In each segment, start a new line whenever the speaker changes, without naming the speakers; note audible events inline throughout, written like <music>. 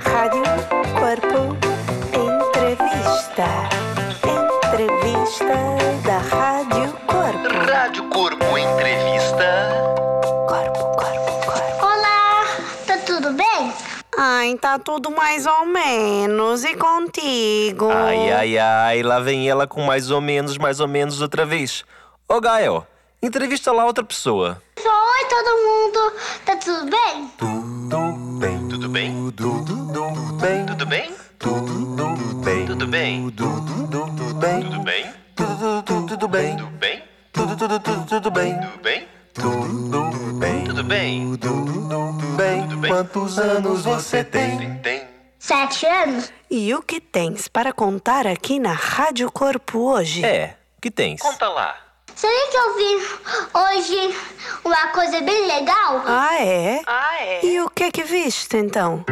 Rádio Corpo Entrevista. Entrevista da Rádio Corpo.
Rádio Corpo Entrevista.
Corpo, corpo, corpo.
Olá, tá tudo bem?
Ai, tá tudo mais ou menos. E contigo?
Ai, ai, ai, lá vem ela com mais ou menos, mais ou menos outra vez. Ô Gael, entrevista lá outra pessoa.
Oi, todo mundo, tá tudo bem?
Tudo bem, tudo bem,
tudo bem,
tudo bem,
tudo bem,
tudo bem,
tudo bem,
tudo bem,
tudo tudo bem,
tudo bem,
tudo tudo tudo tudo bem,
tudo bem,
tudo bem,
tudo bem.
tudo bem. Quantos anos você tem?
Tem.
Sete anos?
E o que tens para contar aqui na Rádio Corpo hoje?
É, o que tens? Conta lá.
Sabia que eu vi hoje uma coisa bem legal?
Ah, é? Ah, é? E o que é que viste então?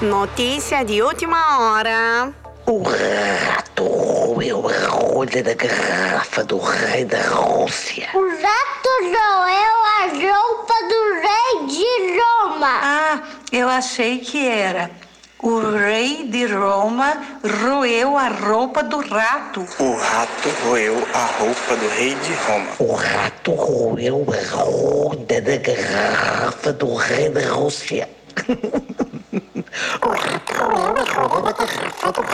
Notícia de última hora.
O rato roeu a rolha da garrafa do rei da Rússia.
O rato roeu a roupa do rei de Roma.
Ah, eu achei que era. O rei de Roma roeu a roupa do rato.
O rato roeu a roupa do rei de Roma.
O rato roeu a roda da garrafa do rei da Rússia.
O rato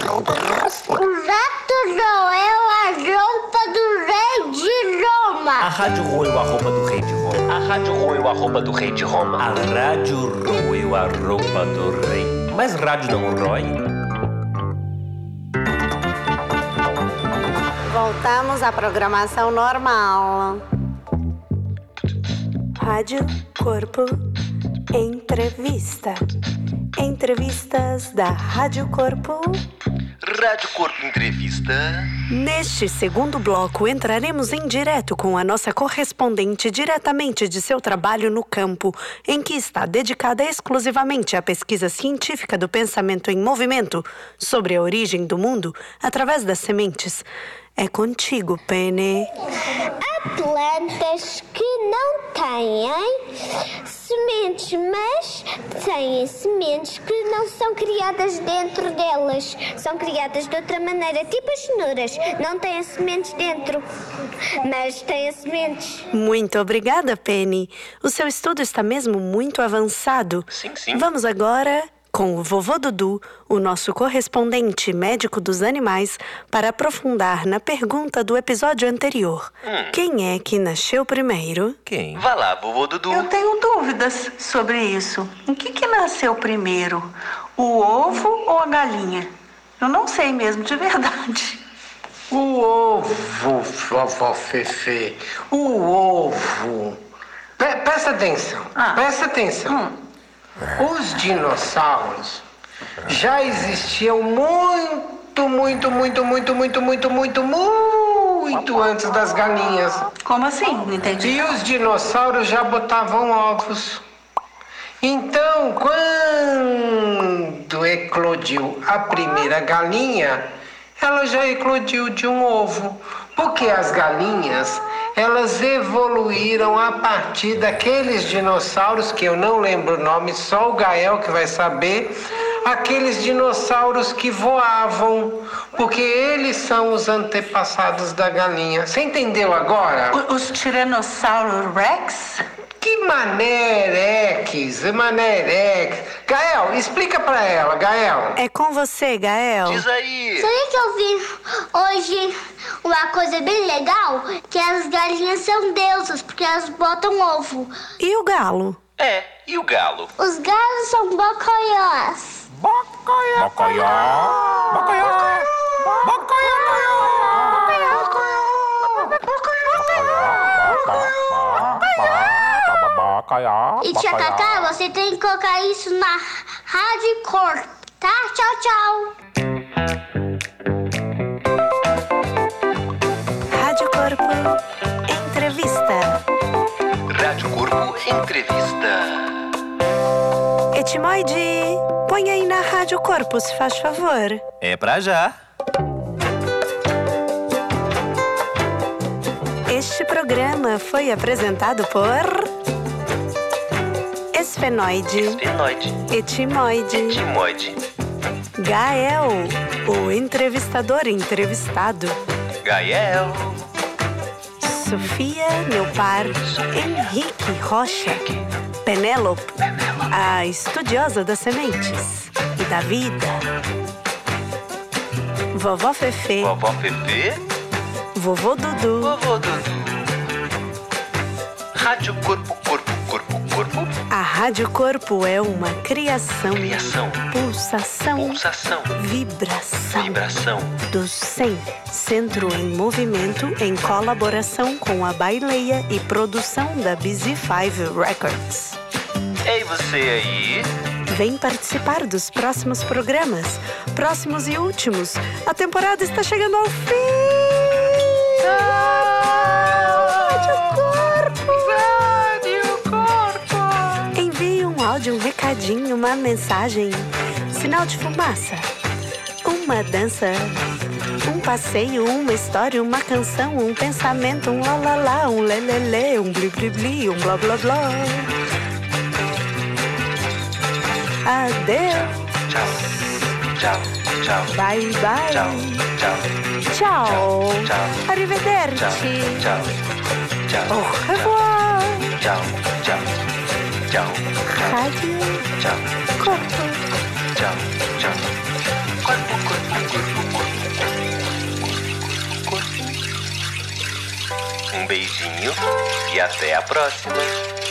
roeu a roupa do rei de Roma.
rádio roeu a roupa do rei de Roma. A rádio roeu a roupa do rei de Roma. A rádio roeu a roupa do rei. Mas rádio não rói?
Voltamos à programação normal. Rádio Corpo Entrevista. Entrevistas da Rádio Corpo.
Rádio Corpo Entrevista.
Neste segundo bloco, entraremos em direto com a nossa correspondente diretamente de seu trabalho no campo, em que está dedicada exclusivamente à pesquisa científica do pensamento em movimento sobre a origem do mundo através das sementes. É contigo, Penny.
Há plantas que não têm sementes, mas têm sementes que não são criadas dentro delas. São criadas de outra maneira, tipo as cenouras. Não têm sementes dentro, mas têm sementes.
Muito obrigada, Penny. O seu estudo está mesmo muito avançado.
Sim, sim.
Vamos agora com o vovô Dudu, o nosso correspondente médico dos animais, para aprofundar na pergunta do episódio anterior.
Hum.
Quem é que nasceu primeiro?
Quem? Vá lá, vovô Dudu.
Eu tenho dúvidas sobre isso. O que, que nasceu primeiro? O ovo ou a galinha? Eu não sei mesmo, de verdade. <laughs>
O ovo, vovó Fefe, o ovo. Pe- presta atenção,
Ah.
presta atenção. Os dinossauros já existiam muito, muito, muito, muito, muito, muito, muito, muito antes das galinhas.
Como assim? Não entendi.
E os dinossauros já botavam ovos. Então, quando eclodiu a primeira galinha, ela já eclodiu de um ovo. Porque as galinhas, elas evoluíram a partir daqueles dinossauros, que eu não lembro o nome, só o Gael que vai saber, aqueles dinossauros que voavam, porque eles são os antepassados da galinha. Você entendeu agora?
O- Os Tiranossauro Rex?
Que manerex, manerex. Gael, explica pra ela, Gael.
É com você, Gael.
Diz aí.
Sabia que eu vi hoje uma coisa bem legal? Que as galinhas são deusas, porque elas botam ovo.
E o galo?
É, e o galo?
Os galos são bocoiós. E tia Cacá, você tem que colocar isso na rádio cor, tá? Tchau, tchau.
Entrevista.
Rádio Corpo Entrevista.
Etimoide, põe aí na Rádio Corpo, se faz favor.
É pra já.
Este programa foi apresentado por. Esfenoide,
Esfenoide.
Etimoide,
Timoide.
Gael, o entrevistador entrevistado,
Gael.
Sofia, meu par, Henrique Rocha, Penélope, a estudiosa das sementes e da vida, Vovó Fefe,
Vovó Fefe.
Vovô Dudu.
Vovô Dudu. Rádio Corpo, Corpo, Corpo, Corpo.
A Rádio Corpo é uma criação,
Criação.
pulsação,
Pulsação.
vibração
Vibração.
do SEM, Centro em Movimento, em colaboração com a Baileia e produção da Busy Five Records.
Ei, você aí.
Vem participar dos próximos programas, próximos e últimos. A temporada está chegando ao fim! Envie um áudio, um recadinho, uma mensagem. Sinal de fumaça. Uma dança. Um passeio, uma história, uma canção, um pensamento, um lá lá lá, um lelele, um bli bli bli, um blá blá blá. Adeus,
Tchau. Tchau. Tchau.
bye bye.
Tchau. Tchau.
Tchau.
Tchau.
Arrivederci.
Tchau. Tchau. Tchau.
Au revoir.
Tchau. Tchau. Tchau.
Rádio
Tchau.
Corpo.
Tchau. Tchau. Corpo, corpo, corpo, corpo. Corpo. Um beijinho e até a próxima.